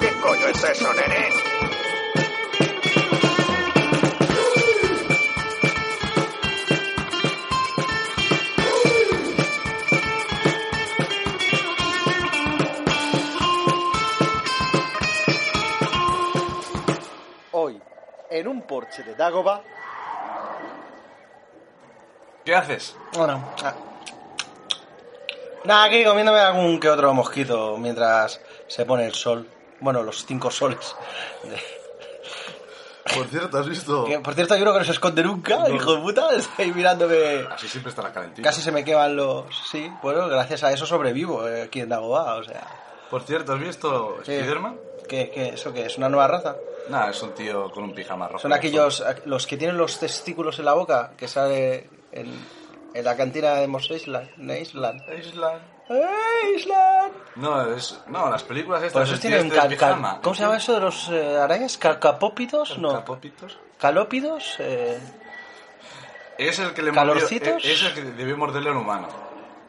¿Qué coño es eso, nene? Hoy, en un Porsche de Dagoba, ¿Qué haces? Bueno. ah. Nada, aquí comiéndome algún que otro mosquito mientras se pone el sol. Bueno, los cinco soles. Por cierto, ¿has Oh. visto? Que, por cierto, hay uno que no se esconde nunca, hijo de puta. Está ahí mirándome. Así siempre estará calentito. Casi se me queman los... Sí, bueno, gracias a eso sobrevivo eh, aquí en Dagoba, o sea... Por cierto, ¿has visto Sí. Spiderman? ¿Qué, qué, ¿Eso qué es? ¿Una nueva raza? Nah, es un tío con un pijama rojo. Son aquellos... Los que tienen los testículos en la boca, que sale en, en la cantina de Mos Island. De Island. Island. ¡Eh, Island! No, es... no, las películas estas... Por eso el tío Pues tienen este de cal- cal- pijama. ¿Cómo se llama eso de los eh, arañas? Cal- ¿Capópitos? No. Capópitos. ¿Calópidos? eh, Es el que le ¿Calorcitos? mordió- Es el que debió morderle a un humano.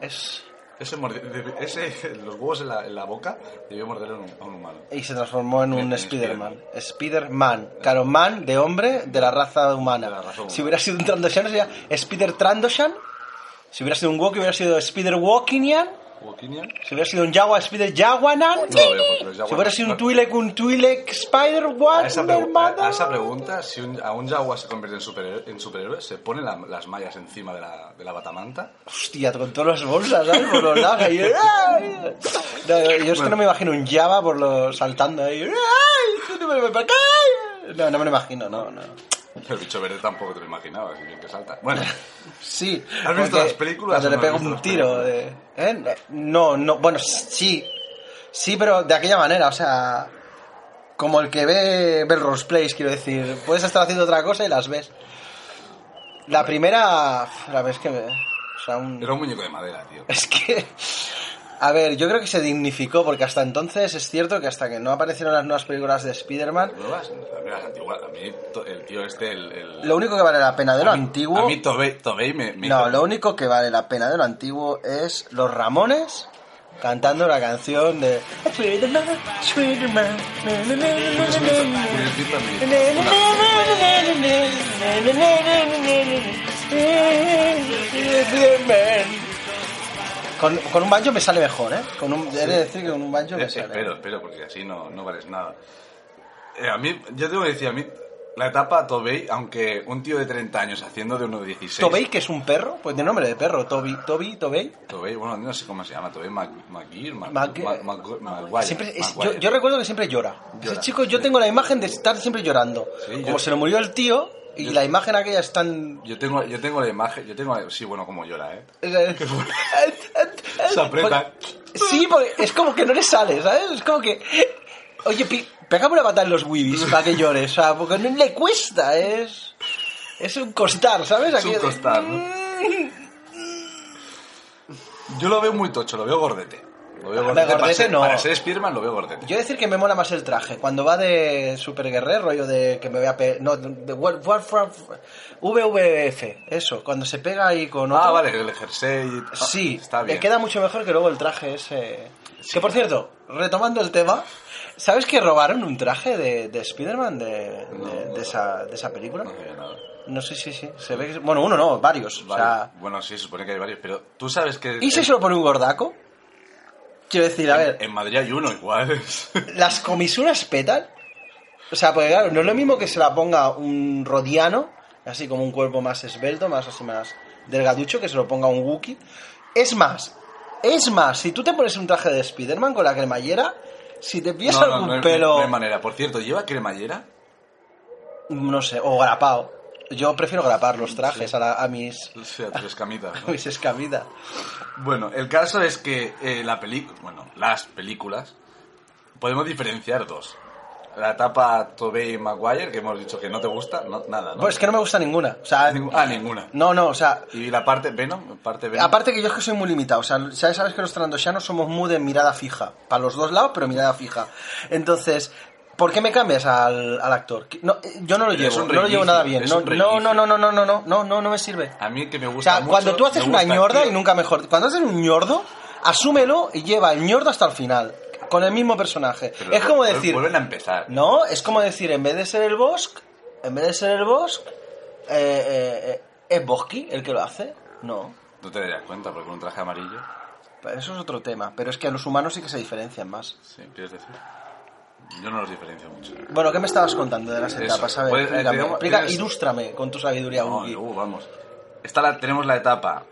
es... Ese, mordi- de- ese- los huevos en la, en la boca debió morder a un, a un humano. Y se transformó en En- en un Spider-Man. Spider-Man. Claro, man de hombre de la raza humana. De la raza humana. Si hubiera sido un Trandoshan, sería Spider-Trandoshan. Si hubiera sido un Wookiee, hubiera sido Spider-Walkinian. ¿Huoquinian? Si hubiera sido un Jaguar, Spider-Jaguanan. No lo veo, porque los si jaguares- hubiera sido no. un Twi'lek, un Twi'lek Spider-Wan. a esa, pregu- a esa pregunta, si un- a un jaguar se convierte en superhéroe, en superhéroe, se pone la- las mallas encima de la, de la batamanta. Hostia, con todas las bolsas, ¿sabes? Por los lados. ahí, ¡ay! No, yo es que no me imagino un Java por lo, saltando ahí. ¡ay! No, me lo- ¡ay! no, no me lo imagino, no, no. El bicho verde tampoco te lo imaginabas, bien que salta. Bueno, Sí. ¿Has visto porque las películas Cuando o le no pego has visto un las tiro. De, ¿eh? No, no, bueno, sí. Sí, pero de aquella manera, o sea. Como el que ve Belrose Place, quiero decir. Puedes estar haciendo otra cosa y las ves. La primera. La vez que me. O sea, un. era un muñeco de madera, tío. Es que. A ver, yo creo que se dignificó, porque hasta entonces es cierto que hasta que no aparecieron las nuevas películas de Spider-Man, Nuevas, a mí las antiguas, a mí to- el tío este, el... el- lo único que vale la pena de lo a mí- antiguo. A mí Tobey, Tobey me, me no, hizo- lo único que vale la pena de lo antiguo es los Ramones cantando la canción de. Spider-Man, Spider-Man, na, na, na, na, na, na, na. Will Smith también. Eh, Con, con un banjo me sale mejor, ¿eh? Con un, he de decir que con un banjo Eh, me sale. espero, espero, porque así no, no vales nada. Eh, a mí, yo tengo que decir, a mí, la etapa Tobey, aunque un tío de 30 años haciendo de uno de 16. Tobey, que es un perro, pues tiene nombre de perro. Toby, Toby, Tobey. Tobey, bueno, no sé cómo se llama, Tobey Mag- McGear, Mag- Mag- Mag- Mag- Maguire, Siempre es- yo, Maguire. yo recuerdo que siempre llora. Ese Llora. chico, yo tengo la imagen de estar siempre llorando. Sí, Como yo- se le murió el tío, y yo- la imagen aquella es tan. Yo tengo, yo tengo la imagen, yo tengo, sí, bueno, como llora, ¿eh? Se Se aprieta. Pues, Sí, porque es como que no le sale, ¿sabes? Es como que. Oye, pi- pégame una pata en los wibis para que llores, o sea, porque no le cuesta, es. Es un costar, ¿sabes? Es un Aquello de- costar, ¿no? Yo lo veo muy tocho, lo veo gordete. Lo veo Ah, gordete, para, gordete ser, no. para ser Spearman lo veo gordete. Yo decir que me mola más el traje. Cuando va de superguerrero, rollo de que me voy a pe- No, de War- War- War- VVF, eso. Cuando se pega ahí con ah, otro- vale, el jersey. ah, Sí, está bien. le queda mucho mejor que luego el traje ese. Que por cierto, retomando el tema, ¿sabes que robaron un traje de, de Spider-Man de, de- de esa, de esa película? No se ve nada. No sé, sí, sí. Se ve que- Bueno, uno no, varios. o sea, Varios. bueno, sí, se supone que hay varios, pero tú sabes que. ¿Y si se lo pone un gordaco? Quiero decir, a ver, En Madrid hay uno igual. ¿Las comisuras petan? O sea, porque claro, no es lo mismo que se la ponga un rodiano, así como un cuerpo más esbelto, más así más delgaducho, que se lo ponga un Wookiee. Es más, es más, si tú te pones un traje de Spider-Man con la cremallera, si te pillas No, no, algún no hay- pelo, no hay manera. Por cierto, ¿lleva cremallera? no sé, o grapado. Yo prefiero grapar los trajes a, la- a mis, O sea, tres camitas. a ¿no? mis escamitas. Bueno, el caso es que eh, la película, bueno, las películas, podemos diferenciar dos. La etapa Tobey Maguire, que hemos dicho que no te gusta, no, nada, ¿no? Pues es que no me gusta ninguna. O sea, Ningú- ah, ninguna. no, no, o sea, Y la parte Venom, parte Venom. Aparte que yo es que soy muy limitado, o sea, sabes, sabes que los trandoshanos somos muy de mirada fija, para los dos lados, pero mirada fija. Entonces, ¿por qué me cambias al, al actor? Que- No, eh, yo no lo Es llevo, un no lo llevo reinicio, nada bien. es No, un no, reinicio. no, no, no, no, no, no, no, no me sirve. a mí que me O gusta sea, mucho, cuando tú haces me una gusta, ñorda tío. y nunca mejor, cuando haces un ñordo, asúmelo y lleva el ñordo hasta el final. Con el mismo personaje. Pero es como vu- decir. Vuelven a empezar. No, es como decir, en vez de ser el Bosque, en vez de ser el Bosque, eh, eh, eh, ¿es Bosky el que lo hace? No. No te darías cuenta, porque con un traje amarillo. Pero eso es otro tema. Pero es que a los humanos sí que se diferencian más. Sí, ¿quieres decir? Yo no los diferencio mucho. Bueno, ¿qué me estabas contando de las Eso, etapas? A ver, pues, eh, explícame, digamos, explica- tienes- ilústrame con tu sabiduría, No, Wookie. luego vamos. Esta la, tenemos la etapa.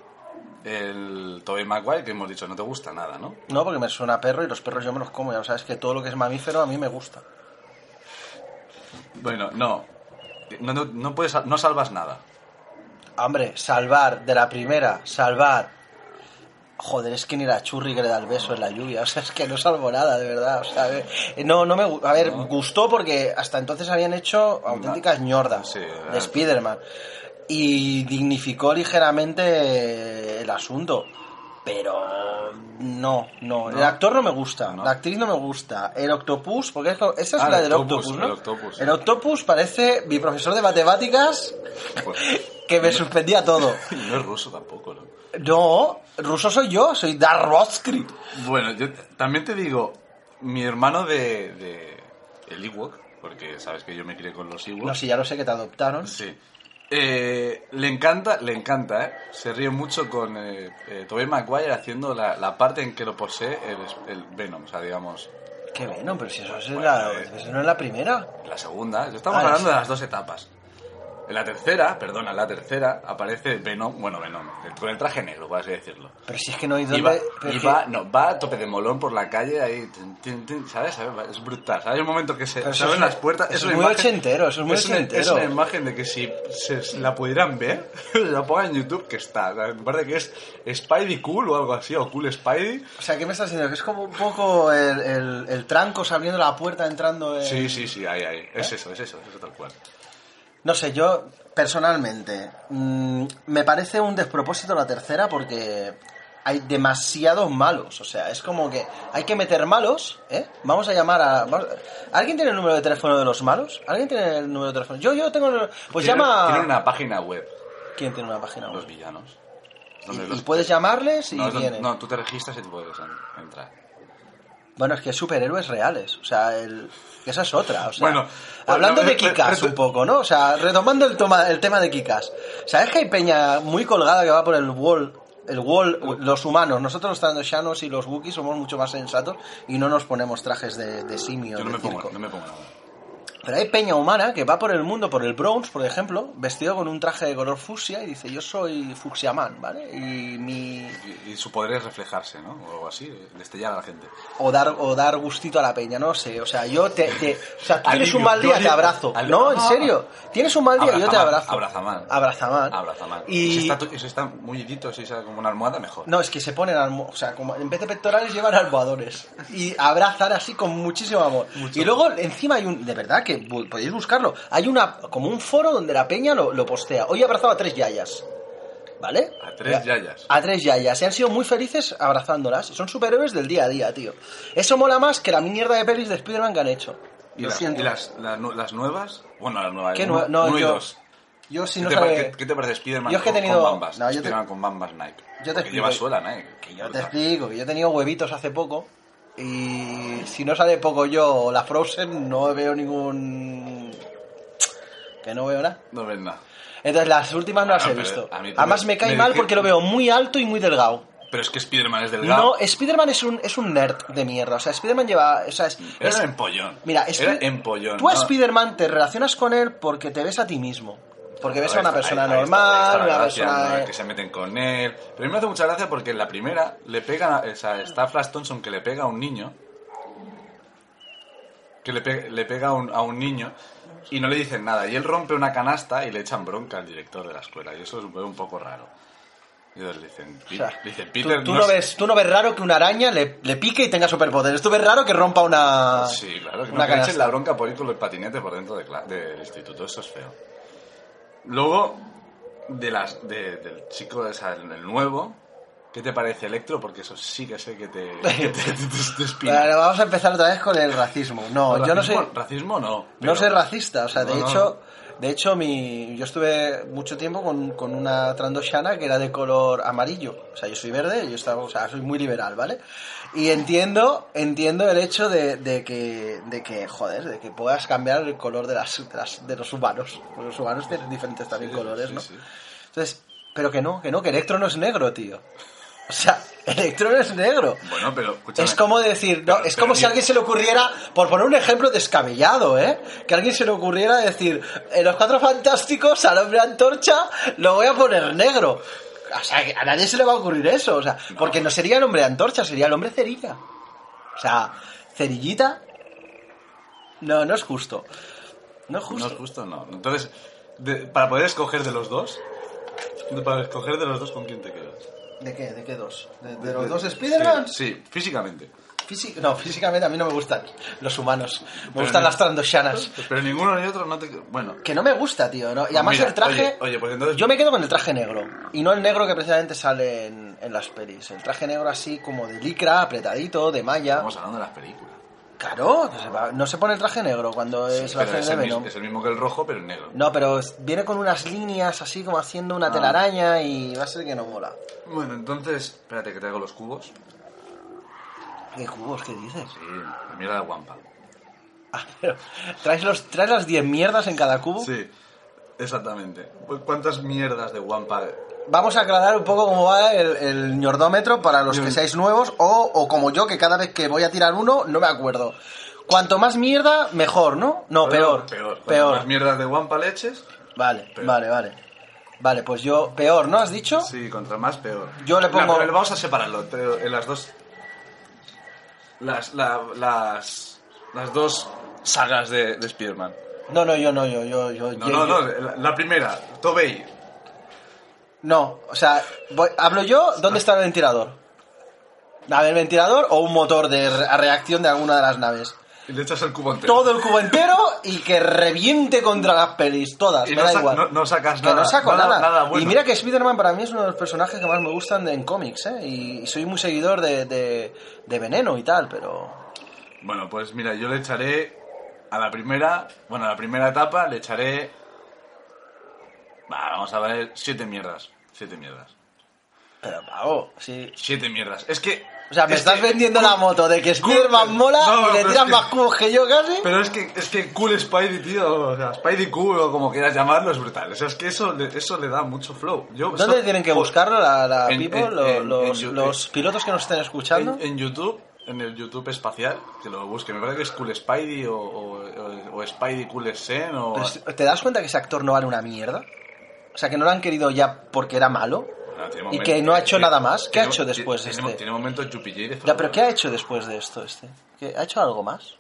El Tobey Maguire, que hemos dicho, no te gusta nada, ¿no? No, porque me suena a perro y los perros yo me los como. Ya sabes que todo lo que es mamífero a mí me gusta. Bueno, no. No, no, no puedes, no salvas nada. Hombre, salvar de la primera, salvar. Joder, es que ni la churri que le da el beso en la lluvia. O sea, es que no salvo nada, de verdad. O sea, a ver, eh, no, no me. gu- A ver, No. gustó porque hasta entonces habían hecho auténticas ñordas Sí, de era- Spider-Man. Y dignificó ligeramente el asunto. Pero. No, no. El No. actor no me gusta. No. La actriz no me gusta. El octopus, porque es, lo- esa es Ah, la el del Octopus, octopus, ¿no? el Octopus. El octopus parece mi profesor de matemáticas Pues, que me suspendía todo. no es ruso tampoco, ¿no? No, ruso soy yo, soy Darroskri. Bueno, yo t- también te digo, mi hermano de, de el Ewok, porque sabes que yo me crié con los Ewoks. No, si ya lo sé que te adoptaron. Sí. Eh, le encanta, le encanta, ¿eh? Se ríe mucho con eh, eh, Tobey Maguire haciendo la, la parte en que lo posee el, es- el Venom, o sea, digamos, Qué bueno, pero si eso, es Bueno, la, eh. eso no es la primera. la segunda. Estamos Ah, hablando sí. de las dos etapas. En la tercera, perdona, en la tercera aparece Venom, bueno, Venom, el- con el traje negro, por así decirlo. Pero si es que no hay Y dónde... va, pero y es va- que- no, va a tope de molón por la calle ahí, tin, tin, tin, ¿sabes? ¿sabes? Es brutal. ¿sabes? Hay un momento que se Pero se eso abren es- las puertas. eso es es una muy imagen- ochentero, eso es muy una- Es ochentero. una imagen de que si se, se la pudieran ver, la pongan en YouTube, que está. o sea, Me parece que es Spidey Cool o algo así, o Cool Spidey. O sea, ¿qué me estás diciendo? Que es como un poco el, el, el tranco abriendo la puerta, entrando... en- Sí, sí, sí, ahí, ahí. Es eso, es eso, es eso tal cual. No sé, yo personalmente mm, me parece un despropósito la tercera porque hay demasiados malos. O sea, es como que hay que meter malos, ¿eh? Vamos a llamar a... vamos- ¿Alguien tiene el número de teléfono de los malos? ¿Alguien tiene el número de teléfono? Yo, yo tengo... el- Pues Tienen- llama... Tienen una página web, ¿Quién tiene una página web? los villanos. Y, donde y los- puedes llamarles y no, es donde- vienen. no, tú te registras y tú puedes en- entrar. Bueno, es que superhéroes reales. O sea, el... esa es otra. O sea, Bueno, hablando bueno, de re- re- Kikas re- un poco, ¿no? O sea, retomando el, toma- el tema de Kikas. ¿Sabes que hay peña muy colgada que va por el wall? El wall, los humanos, nosotros los Tandoshanos y los Wookiees somos mucho más sensatos y no nos ponemos trajes de, de simio. Yo no de me pongo, circo. no me pongo nada. Pero hay peña humana que va por el mundo, por el Bronx, por ejemplo, vestido con un traje de color fucsia y dice: Yo soy fucsiaman, ¿vale? Y mi, Y, y su poder es reflejarse, ¿no? O algo así, destellar a la gente. o dar o dar gustito a la peña, no sé, o sea, yo te, te- o sea, tú tienes Alivio, un mal día, alivio. te abrazo, Alivio. no, en serio, tienes un mal día, yo te abrazo, Abrazaman, abrazaman. abrazaman, Abrazaman. Y... Si y está, to- si está mullidito, si está como una almohada, mejor. no, es que se ponen, almo- o sea, como en vez de pectorales llevan almohadones y abrazan así con muchísimo amor. Y luego encima hay un, de verdad que bu- podéis buscarlo, hay una como un foro donde la peña lo, lo postea. Hoy he abrazado a tres yayas, ¿vale? A tres yayas. A tres yayas. Y han sido muy felices abrazándolas. Son superhéroes del día a día, tío. Eso mola más que la mierda de pelis de Spider-Man que han hecho. Y, Lo las- siento. y las, la nu- las nuevas, bueno, las nuevas, ¿Qué uno- nue- no, uno y yo- dos. Yo si ¿Qué, no te sabe- parece- qué- qué te parece Spiderman Yo es que he con- tenido- con bambas? no, yo te- Spiderman con bambas Nike. te Porque lleva explico. suela Nike. que Yo te brutal. explico, que yo he tenido huevitos hace poco. Y si no sale poco yo o la Frozen, no veo ningún. Que no veo nada. No ves nada. Entonces las últimas no las Ah, he pero visto. a mí- Además me cae me mal dije- porque lo veo muy alto y muy delgado. Pero es que Spiderman es delgado. No, Spider-Man es un, es un nerd de mierda. O sea, Spider-Man lleva. O sea, es, era es- empollón. Mira, era Spi- empollón. Tú a no. Spider-Man te relacionas con él porque te ves a ti mismo. Porque ves a Ahí una está, persona ahí- ahí está, ahí normal, está la una gracia, persona. ¿no? Que se meten con él. Pero a mí me hace mucha gracia porque en la primera le pegan. a- o sea, está Flash Thompson que le pega a un niño. Que le, pe- le pega a un, a un niño y no le dicen nada. Y él rompe una canasta y le echan bronca al director de la escuela. Y eso es un, un poco raro. Y ellos le dicen, o Pi- sea, le dicen, tú, Peter, tú no no es- ves, tú no ves raro que una araña le, le pique y tenga superpoderes. Tú ves raro que rompa una. Sí, claro, que una no que le echen canasta. la bronca por ir con los patinetes por dentro de cla- del instituto, eso es feo. Luego, de las, de- del chico, o sea, el nuevo, ¿qué te parece Electro? Porque eso sí que sé que te, que te, te- te- te espina. Vale, vamos a empezar otra vez con el racismo. No, yo no soy. Racismo- Racismo no. No pero- soy racista, o sea, de No, no, hecho, de hecho mi, yo estuve mucho tiempo con, con una trandoshana que era de color amarillo, o sea, yo soy verde, yo estaba, o sea, soy muy liberal, ¿vale? Y entiendo, entiendo el hecho de, de que, de que, joder, de que puedas cambiar el color de, las, de, las- de los humanos. Porque los humanos tienen diferentes también colores, sí, ¿no? sí. Entonces, pero que no, que no, que Electro no es negro, tío. O sea, Electro no es negro. Bueno, pero escúchame. Es como decir, no, Pero- es pero como si ni- a alguien se le ocurriera, por poner un ejemplo descabellado, ¿eh? Que a alguien se le ocurriera decir, en los cuatro fantásticos al hombre antorcha lo voy a poner negro. O sea, que a nadie se le va a ocurrir eso, o sea, No. porque no sería el hombre antorcha, sería el hombre cerilla. O sea, cerillita. No, no es justo. No es justo. No es justo, no. Entonces, de- para poder escoger de los dos, para escoger de los dos con quién te quedas. ¿De qué? ¿De qué dos? ¿De, de los dos Spider-Man? Sí, sí, físicamente. Físi- no, físicamente a mí no me gustan los humanos. Me Pero gustan no- las trandoshanas. Pero ninguno ni otro no te. Bueno, Que no me gusta, tío, ¿no? Y además Mira, el traje... oye, oye, pues entonces- Yo me quedo con el traje negro. Y no el negro que precisamente sale en, en las pelis. El traje negro así como de licra, apretadito, de malla. estamos hablando de las películas. Claro, no se, va- no se pone el traje negro cuando es la Pero escena es, de el mismo, Venom. es el mismo que el rojo, pero en negro. No, pero es- viene con unas líneas así como haciendo una Ah. telaraña y va a ser que no mola. Bueno, entonces, espérate que te hago los cubos. ¿Qué cubos? ¿Qué dices? Sí, la mierda de Wampa. Ah, pero, ¿traes, los, ¿Traes las 10 mierdas en cada cubo? Sí, exactamente. Pues, ¿Cuántas mierdas de Wampa? Vamos a aclarar un poco cómo va el, el ñordómetro para los que Bien. seáis nuevos o, o como yo, que cada vez que voy a tirar uno, no me acuerdo. Cuanto más mierda, mejor, ¿no? No, peor. Peor. Cuantas Peor. Más mierdas de Wampa leches. Vale, Peor. vale, vale. Vale, pues yo, peor, ¿no? ¿Has dicho? Sí, contra más peor. Yo le No, pongo- pero vamos a separarlo. pero en las dos. Las, la- las, las dos sagas de, de Spider-Man. No, no, yo no, yo, yo, yo. No, yo- no, yo- no. La, la primera, Tobey. No, o sea, voy- hablo yo, ¿dónde está el ventilador? A ver, ventilador o un motor de re- a reacción de alguna de las naves. Y le echas el cubo entero. Todo el cubo entero y que reviente contra las pelis, todas, me Y no, da sa- igual. no- no sacas Que nada. no saco nada, nada. nada bueno. Y mira que Spider-Man para mí es uno de los personajes que más me gustan de- en cómics, ¿eh? Y, y soy muy seguidor de, de, de Veneno y tal, pero... Bueno, pues mira, yo le echaré a la primera. Bueno, a la primera etapa le echaré. Va, vamos a ver, siete mierdas. Siete mierdas. Pero, pavo, sí... Siete mierdas. Es que. O sea, me es estás que- vendiendo la moto de que Cool, Spider-Man pero- mola no, y le pero tiras es que- más cubos que yo casi. Pero es que, es que Cool Spidey, tío, o sea, Spidey Cool o como quieras llamarlo, es brutal. O sea, es que eso, le- eso le da mucho flow. Yo, ¿Dónde so- tienen que o- buscarlo, la, la en- people, en- lo- en- los, en YouTube. los pilotos que nos estén escuchando? En, en YouTube, en el YouTube espacial, que lo busque. Me parece que es Cool Spidey o, o- o- o Spidey Cool Sen o... Pero es- ¿Te das cuenta que ese actor no vale una mierda? O sea, que no lo han querido ya porque era malo. Ah, tiene y momento- que no ha hecho tiene- nada más. ¿Qué ha hecho tiene- después de tiene, este? Tiene momentos Yupi de Ya, pero ¿qué ha hecho después de esto este? ¿Qué- ¿Ha hecho algo más?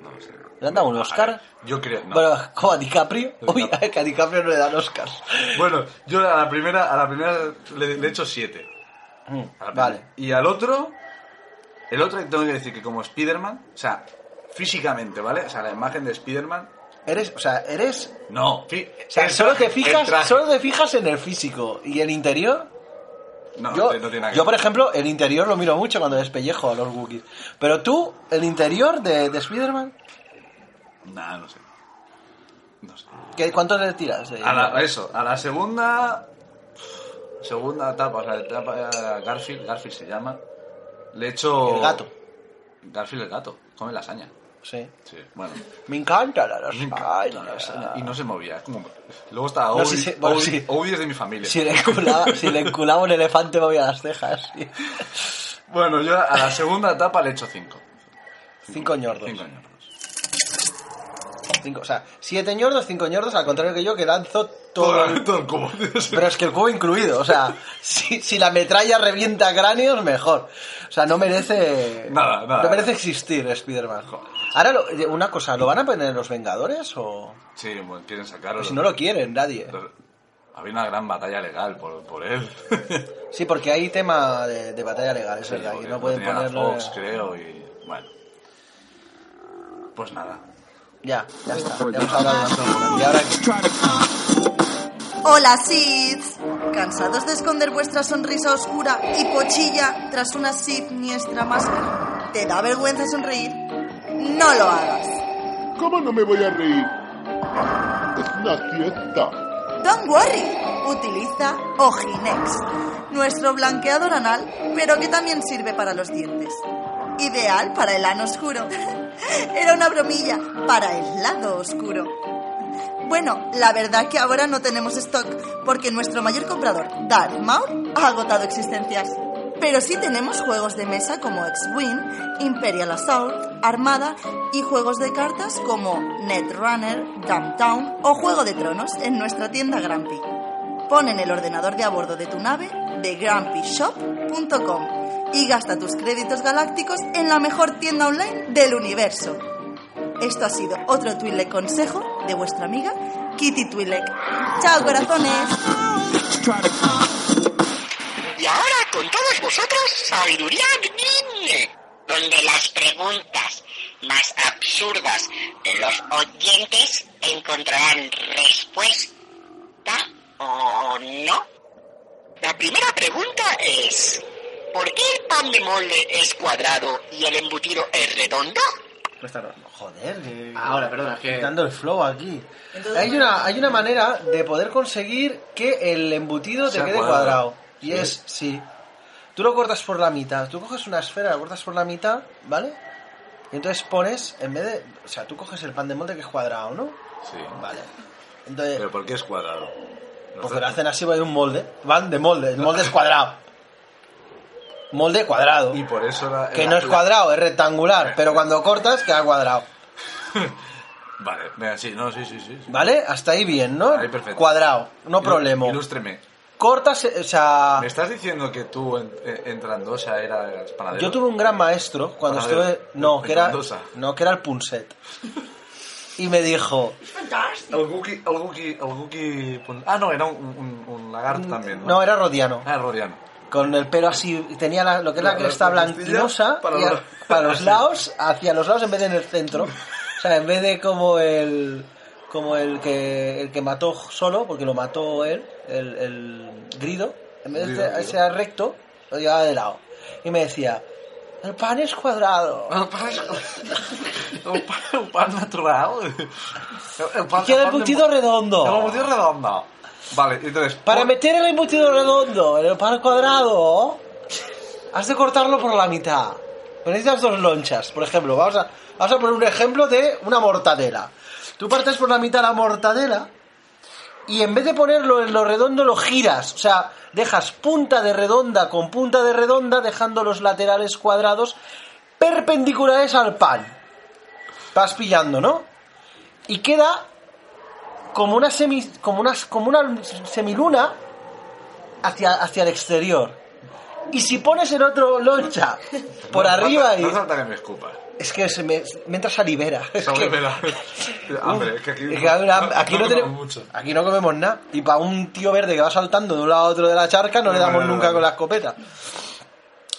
No sé. ¿Le han dado un A Oscar? ver, Yo creo... no. Bueno, como a DiCaprio. A Uy, DiCaprio. que a DiCaprio no le dan Oscars. Bueno, yo a la primera, a la primera le, le echo siete. Mm, A la Vale. primera. Y al otro, el otro tengo que decir que como Spider-Man, o sea, físicamente, ¿vale? O sea, la imagen de Spider-Man, Eres, o sea, eres... no. fi- O sea, el solo te, traje, el fijas, traje. solo te fijas en el físico y el interior... No, yo, no tiene nada que yo, ver. por ejemplo, el interior lo miro mucho cuando despellejo a los Wookiees. Pero tú, el interior de, de Spider-Man, Nah, no sé. No sé. ¿qué- ¿cuánto le tiras? de- A la- a eso, a la segunda. Segunda etapa, o sea, etapa Garfield, Garfield se llama. Le echo. El gato. Garfield el gato, come lasaña. Sí. Sí, bueno. Me encanta la Me Ay, encanta la lasaña. Y no se movía, es como. Luego estaba No, Obi, sí, sí, bueno, Obi- sí. Obi es de mi familia. Si le, enculaba, si le enculaba un elefante, me voy a las cejas. sí. Bueno, yo a la segunda etapa le echo cinco. Cinco ñordos. Cinco ñordos. Cinco, o sea, siete ñordos, cinco ñordos, al contrario que yo, que lanzo todo. el- todo el cubo. tío, sí. Pero es que el cubo incluido, o sea, si, si la metralla revienta cráneos, mejor. O sea, no merece. Nada, nada. No merece existir Spider-Man. Joder. Ahora, lo- eh, una cosa, ¿lo van a poner en los Vengadores o.? Sí, bueno, quieren sacarlo. Pues si no lo quieren, nadie. Había una gran batalla legal por, por él. Sí, porque hay tema de, de batalla legal, es verdad, que porque no pueden tenía la ponerlo. Fox, creo, y. Bueno. Pues nada. Ya, ya está, ya hemos hablado de Batman. Y ahora Hola Siths, cansados de esconder vuestra sonrisa oscura y pochilla tras una Sith niestra máscara. ¿Te da vergüenza sonreír? No lo hagas. ¿Cómo no me voy a reír? Es una fiesta. Don't worry, utiliza Ojinex, nuestro blanqueador anal, pero que también sirve para los dientes. Ideal para el ano oscuro. Era una bromilla para el lado oscuro. Bueno, la verdad que ahora no tenemos stock porque nuestro mayor comprador, Darth Maul, ha agotado existencias. Pero sí tenemos juegos de mesa como X-Wing, Imperial Assault, Armada y juegos de cartas como Netrunner, Downtown o Juego de Tronos en nuestra tienda Grumpy. Pon en el ordenador de a bordo de tu nave de grumpyshop.com y gasta tus créditos galácticos en la mejor tienda online del universo. Esto ha sido otro Twi'lek consejo de vuestra amiga Kitty Twi'lek. ¡Chao, corazones! Y ahora con todos vosotros, Sabiduría Green, donde las preguntas más absurdas de los oyentes encontrarán respuesta o no. La primera pregunta es, ¿por qué el pan de molde es cuadrado y el embutido es redondo? Pues está roto. Joder, que- Ahora, perdona, es que- Quitando el flow aquí. Entonces- hay, una, hay una manera de poder conseguir que el embutido te Sea quede cuadrado. cuadrado. Y es, sí. Tú lo cortas por la mitad. Tú coges una esfera, la cortas por la mitad, ¿vale? Y entonces pones, en vez de. O sea, tú coges el pan de molde que es cuadrado, ¿no? Sí. Vale. Entonces, ¿Pero por qué es cuadrado? No porque sé. lo hacen así, hay un molde. Van de molde. El molde es cuadrado. Molde cuadrado. Y por eso la- Que la- no es la- Eh. cuadrado, es rectangular. Pero cuando cortas, queda cuadrado. Vale, venga, sí, no, sí, sí, sí. sí. ¿Vale? Hasta ahí bien, ¿no? Ahí perfecto. Cuadrado, no Ilu- problema. Ilústreme. Cortas, eh, o sea... ¿Me estás diciendo que tú en, eh, en Trandosa eras panadero? Yo tuve un gran maestro cuando Panadero. estuve... No, En que era... Mendoza. No, que era el Punset. Y me dijo... El Guki... El Guki... El Guki... pun- Ah, no, era un, un, un lagarto también, ¿no? Mm, No, era Rodiano. Ah, Rodiano. Con el pelo así... Tenía la- lo que es la La- la cresta costilla blanquinosa. para y a- los- para los así. lados, hacia los lados en vez de en el centro. O sea, en vez de como el... Como el que, el que mató solo, porque lo mató él, el, el grido. En vez de Grido, ser- Grido. ser recto, lo llevaba de lado. Y me decía... El pan es cuadrado. El pan... El pan, el pan natural. El, el pan... Y queda el embutido redondo. El embutido redondo. Vale, entonces... Para pon- meter el embutido redondo en el pan cuadrado, has de cortarlo por la mitad. Pero necesitas dos lonchas, por ejemplo. Vamos a, vamos a poner un ejemplo de una mortadela. Tú partes por la mitad la mortadela y en vez de ponerlo en lo redondo lo giras. O sea, dejas punta de redonda con punta de redonda, dejando los laterales cuadrados perpendiculares al pan. Vas pillando, ¿no? Y queda como una semi como una, como una semiluna hacia, hacia el exterior. Y si pones el otro loncha por no, arriba No, y hace falta que me escupas. es que se me, me entra salivera. Es que- Sálvemela. Hambre, es que aquí... es que, a ver, no- aquí no, no tenemos mucho. aquí no comemos nada. Y para un tío verde que va saltando de un lado a otro de la charca, no, le No, damos no, no, nunca no. con la escopeta.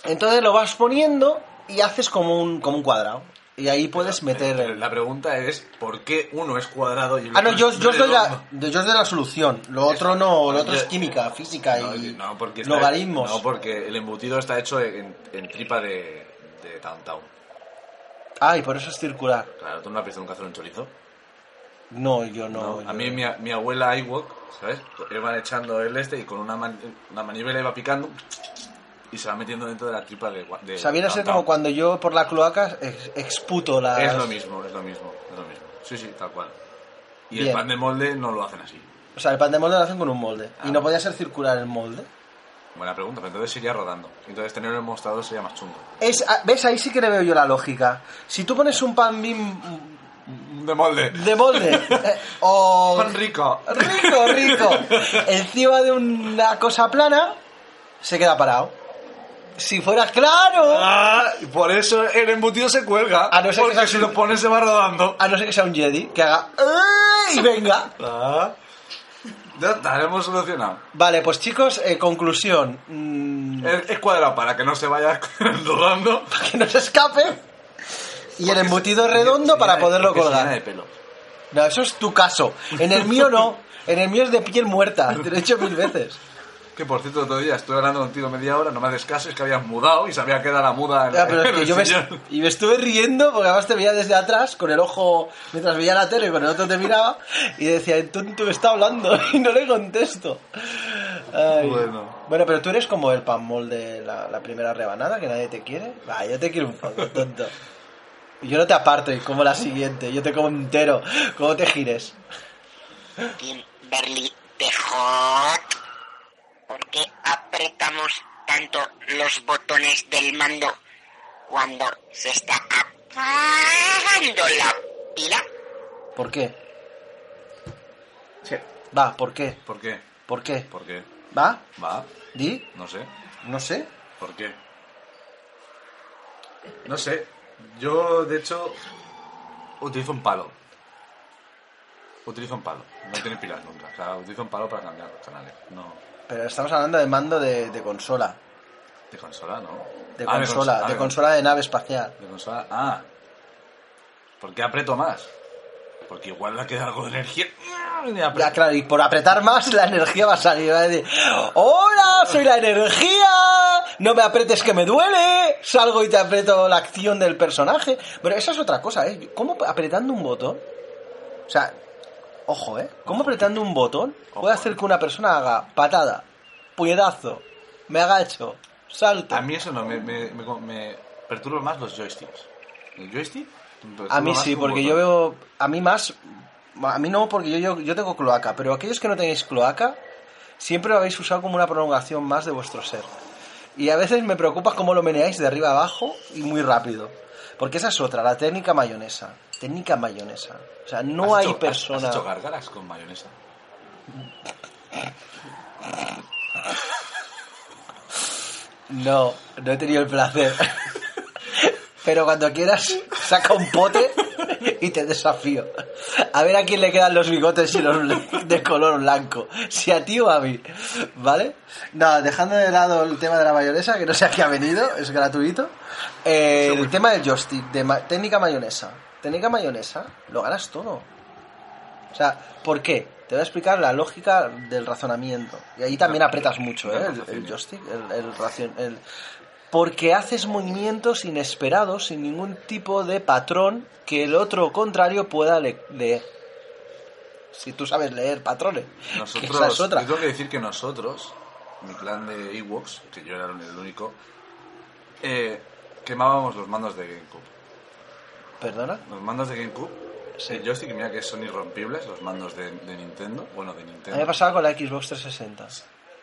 Entonces lo vas poniendo y haces como un, como un cuadrado. Y ahí puedes meter el, eh, La pregunta es, ¿por qué uno es cuadrado y el Ah, no, yo, es yo os doy la, redondo? yo os doy la solución. Lo otro no, lo otro es Yo- química, física No, y no, porque está- logaritmos. No, porque el embutido está hecho en, en tripa de, de Downtown. Ay, por eso es circular. Claro, ¿tú no has visto nunca hacer un chorizo? No, yo no. A yo- mí mi, mi abuela Iwok, ¿sabes? Iban echando el este y con una, man- una manivela iba picando y se va metiendo dentro de la tripa de, gua- de O sea, viene a ser como Downtown. cuando yo por la cloaca ex- exputo la. Es lo mismo, es lo mismo, es lo mismo. Sí, sí, tal cual. Y el Bien. pan de molde no lo hacen así. O sea, el pan de molde lo hacen con un molde. Ah. Y no podía ser circular el molde. Buena pregunta, pero entonces sería rodando. Entonces tener el mostrador sería más chungo. Es, ah, ¿Ves? Ahí sí que le veo yo la lógica. Si tú pones un pan bim De molde. de molde eh, o Pan rico. rico, rico. Encima de una cosa plana, se queda parado. Si fueras claro. Ah, y por eso el embutido se cuelga. A no ser que porque sea- si lo pones se va rodando. A no ser que sea un Jedi, que haga. "Eh", Y venga. Ah. Ya está, lo hemos solucionado. Vale, pues chicos, eh, conclusión. Mm, Es, es cuadrado para que no se vaya rodando. que no se escape. Y el embutido es redondo para poderlo colgar. No, eso es tu caso. En el mío no. En el mío es de piel muerta. Te lo he hecho mil veces. Que por cierto, otro día estuve hablando contigo media hora, no me haces caso, es que habías mudado y se había quedado la muda en, Ya, pero es en que el yo me, sillón. y me estuve riendo porque además te veía desde atrás con el ojo mientras veía la tele y con el otro te miraba y decía, el tonto me está hablando y no le contesto. Ay. Bueno. Bueno, pero tú eres como el pan mol de la, la primera rebanada, que nadie te quiere. Va, yo te quiero un poco, tonto. Yo no te aparto y como la siguiente, yo te como entero, como te gires. Kimberly Tejot. ¿Por qué apretamos tanto los botones del mando cuando se está apagando la pila? ¿Por qué? Sí. Va, ¿por qué? ¿Por qué? ¿Por qué? ¿Por qué? ¿Va? ¿Va? ¿Di? No sé. No sé. ¿Por qué? No sé. Yo, de hecho, utilizo un palo. Utilizo un palo. No tiene pilas nunca. O sea, utilizo un palo para cambiar los canales. No. Pero estamos hablando de mando de, de consola. De consola, ¿no? De Ah, consola, ah, de consola de nave espacial. De consola. Ah. ¿Por qué aprieto más? Porque igual le queda algo de energía. Y aprieto. Ya, claro, y por apretar más la energía va a salir. Va a decir, ¡Hola! ¡Soy la energía! ¡No me apretes que me duele! Salgo y te aprieto la acción del personaje. Pero esa es otra cosa, ¿eh? ¿Cómo apretando un botón? O sea, ojo, ¿eh? ¿Cómo apretando un botón puede hacer que una persona haga patada, puñetazo, me agacho, salto? A mí eso no, me, me, me, me perturba más los joysticks. ¿El joystick? Me perturba A mí más sí, un porque botón. yo veo. A mí más. A mí no, porque yo, yo, yo tengo cloaca, pero aquellos que no tenéis cloaca, siempre lo habéis usado como una prolongación más de vuestro ser. Y a veces me preocupa cómo lo meneáis de arriba a abajo y muy rápido. Porque esa es otra, la técnica mayonesa. Técnica mayonesa. O sea, no ¿Has hay hecho- persona. ¿Has, has hecho gárgaras con mayonesa? No, no he tenido el placer. Pero cuando quieras, saca un pote y te desafío. A ver a quién le quedan los bigotes y los bl- de color blanco. Si a ti o a mí. ¿Vale? No, dejando de lado el tema de la mayonesa, que no sé a qué ha venido, es gratuito. Eh, el tema del joystick, de ma- técnica mayonesa. Técnica mayonesa, lo ganas todo. O sea, ¿por qué? Te voy a explicar la lógica del razonamiento. Y ahí también apretas mucho, ¿eh? El, el joystick, el, el racion- el- Porque haces movimientos inesperados sin ningún tipo de patrón que el otro contrario pueda le- leer. Si tú sabes leer patrones. que Nosotros, esa es otra. Yo tengo que decir que nosotros, mi clan de Ewoks, que yo era el único, eh, quemábamos los mandos de GameCube. ¿Perdona? Los mandos de GameCube, Sí. el joystick, mira que son irrompibles, los mandos de, de Nintendo, bueno, de A mí me Nintendo. pasaba con la Xbox 360.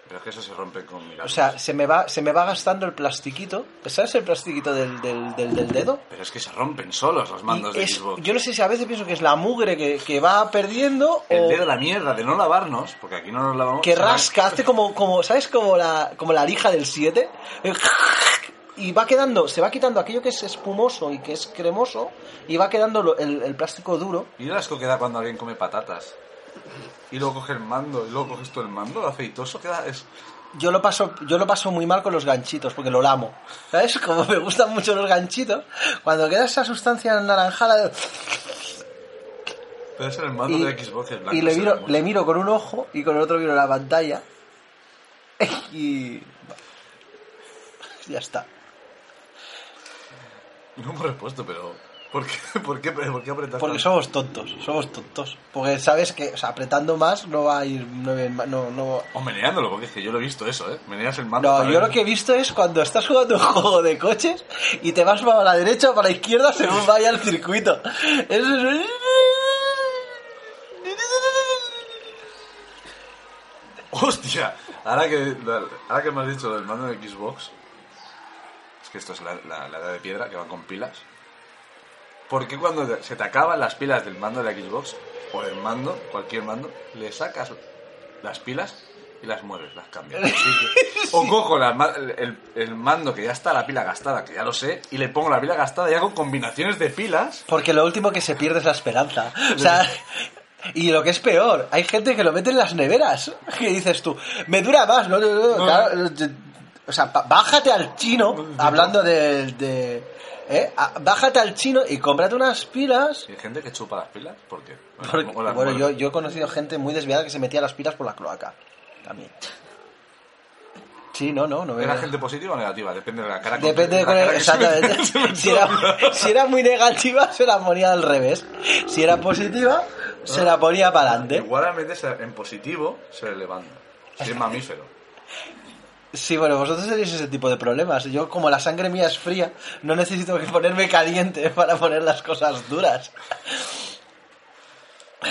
Pero es que eso se rompe con O milagros. sea, se me va, se me va gastando el plastiquito. ¿Sabes el plastiquito del, del- del- del dedo? pero es que se rompen solos los mandos Y de es- Xbox. yo no sé si a veces pienso que es la mugre que, que va perdiendo El o dedo, la mierda de no lavarnos, porque aquí no nos lavamos. que se va- rasca, hace como, como ¿sabes? Como la, como la lija del 7. Y va quedando, se va quitando aquello que es espumoso y que es cremoso y va quedando lo- el, el plástico duro. Y el asco que da cuando alguien come patatas. Y luego coge el mando, y luego coges tú el mando, lo aceitoso queda. Es... Yo lo paso, yo lo paso muy mal con los ganchitos porque lo lamo. ¿Sabes? Como me gustan mucho los ganchitos, cuando queda esa sustancia naranjada Pero es el mando y, de Xbox el blanco. y le, se miro, ve le mucho. miro con un ojo y con el otro miro la pantalla. Y. Ya está. No hemos repuesto, pero. ¿Por qué, por qué, por qué apretas Porque tanto? somos tontos, somos tontos. Porque sabes que o sea, apretando más no va a ir. No, no, no, O meneándolo, porque es que yo lo he visto eso, ¿eh? Meneas el mando. no para yo ver- lo que he visto es cuando estás jugando un juego de coches y te vas para la derecha o para la izquierda según vaya el circuito. Eso es. ¡Hostia! Ahora que, ahora que me has dicho lo del mando de Xbox. Es que esto es la, la- la edad de piedra que va con pilas. ¿Por qué cuando te- se te acaban las pilas del mando de la Xbox o del mando, cualquier mando, le sacas las pilas y las mueves, las cambias? O cojo la ma- el, el mando que ya está, la pila gastada, que ya lo sé, y le pongo la pila gastada y hago combinaciones de pilas. Porque lo último que se pierde es la esperanza. O sea, y lo que es peor, hay gente que lo mete en las neveras. Que dices tú, me dura más, no, no, no, No, claro, te- o sea, pa- bájate al chino, No, no. hablando de. de- ¿eh? A- Bájate al chino y cómprate unas pilas. Y hay gente que chupa las pilas, ¿por qué? Bueno, Porque- o las bueno, muerde. yo, yo he conocido gente muy desviada que se metía las pilas por la cloaca. También. Sí, no, no, no ¿Era era- gente positiva o negativa? Depende de la cara. que- Eh. Depende de la cuál cara era- que se Exactamente. me- se Si me- era, si era muy negativa, se la ponía al revés. Si era positiva, se la ponía para adelante. Igual al meterse en positivo se le levanta. Si es mamífero. Sí, bueno, vosotros tenéis ese tipo de problemas. Yo, como la sangre mía es fría, no necesito que ponerme caliente para poner las cosas duras.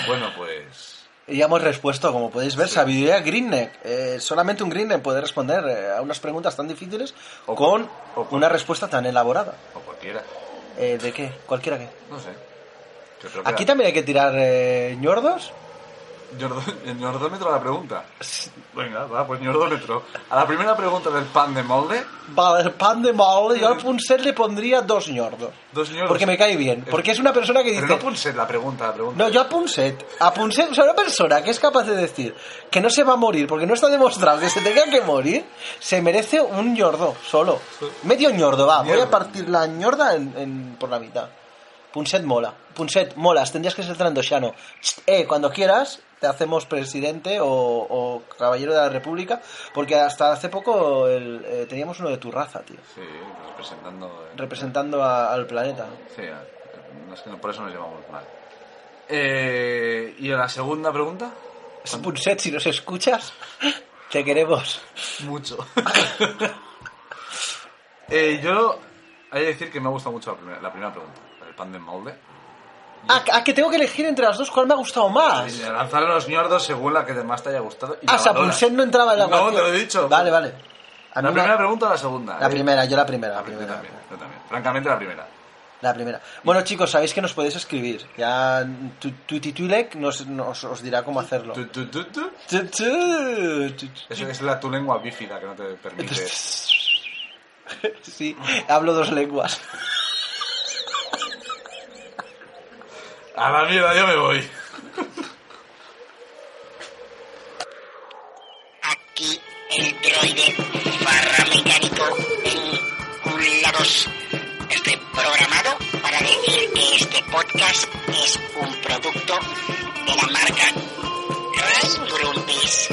Bueno, pues. Y ya hemos respuesto, como podéis ver, sabiduría Greenneck. Eh, solamente un Greenneck puede responder eh, a unas preguntas tan difíciles O- con o- una respuesta tan elaborada. O cualquiera. Eh, ¿De qué? ¿Cualquiera qué? No sé. Que creo que Aquí era- también hay que tirar eh, ñordos. Ñordo- En Ñordómetro la pregunta. Venga, va, pues Ñordómetro. A la primera pregunta del pan de molde, Vale, pan de molde. Yo al Punset le pondría dos ñordos. dos ñordos. Porque me cae bien. Porque es una persona que dice... Pero no punse la pregunta, la pregunta. No, yo a Punset. A Punset, o sea, una persona que es capaz de decir que no se va a morir porque no está demostrado que se tenga que morir, se merece un ñordo solo. Medio ñordo, va. Voy a Ñordo. partir la ñorda en, en- por la mitad. Punset mola. Punset, molas. Tendrías que ser trandoshano. Chst, Eh, cuando quieras, te hacemos presidente o, o caballero de la república. Porque hasta hace poco el- eh, teníamos uno de tu raza, tío. Sí, representando. eh, Representando a- al planeta. Sí, eh, no es que no- por eso nos llevamos mal. Eh, ¿Y a la segunda pregunta? Punset, si nos escuchas, te queremos. Mucho. eh, yo hay que decir que me ha gustado mucho la primera, la primera pregunta, el pan de molde. Ah, ¿a que tengo que elegir entre las dos cuál me ha gustado más? Y Lanzar a los ñordos según la que más te haya gustado. y la Ah, o sea, valoras. Punset no entraba en la No, ecuación. te lo he dicho. Vale, vale. A mí La me- primera pregunta o la segunda. la Eh, primera, yo la primera, la La primera primera. también, yo también. Francamente, la primera. La primera. Bueno, chicos, sabéis que nos podéis escribir. Ya tu- Tutitulek nos, nos- os dirá cómo hacerlo. Tu, tu, tu, tu. Tu- tu- tu- Eso es la, tu lengua bífida que no te permite. Sí, hablo dos lenguas. A la mierda, yo me voy. Aquí el droide barra mecánico vinculados. Estoy Este programado para decir que este podcast es un producto de la marca Rain Grumpies.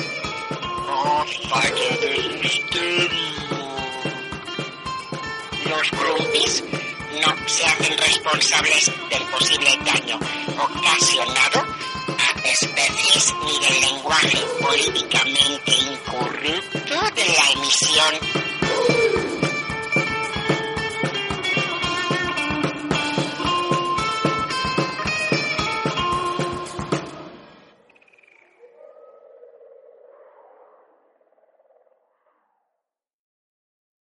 Oh, fallo del misterio. Los Grumpies no se hacen responsables del posible daño ocasionado a especies ni del lenguaje políticamente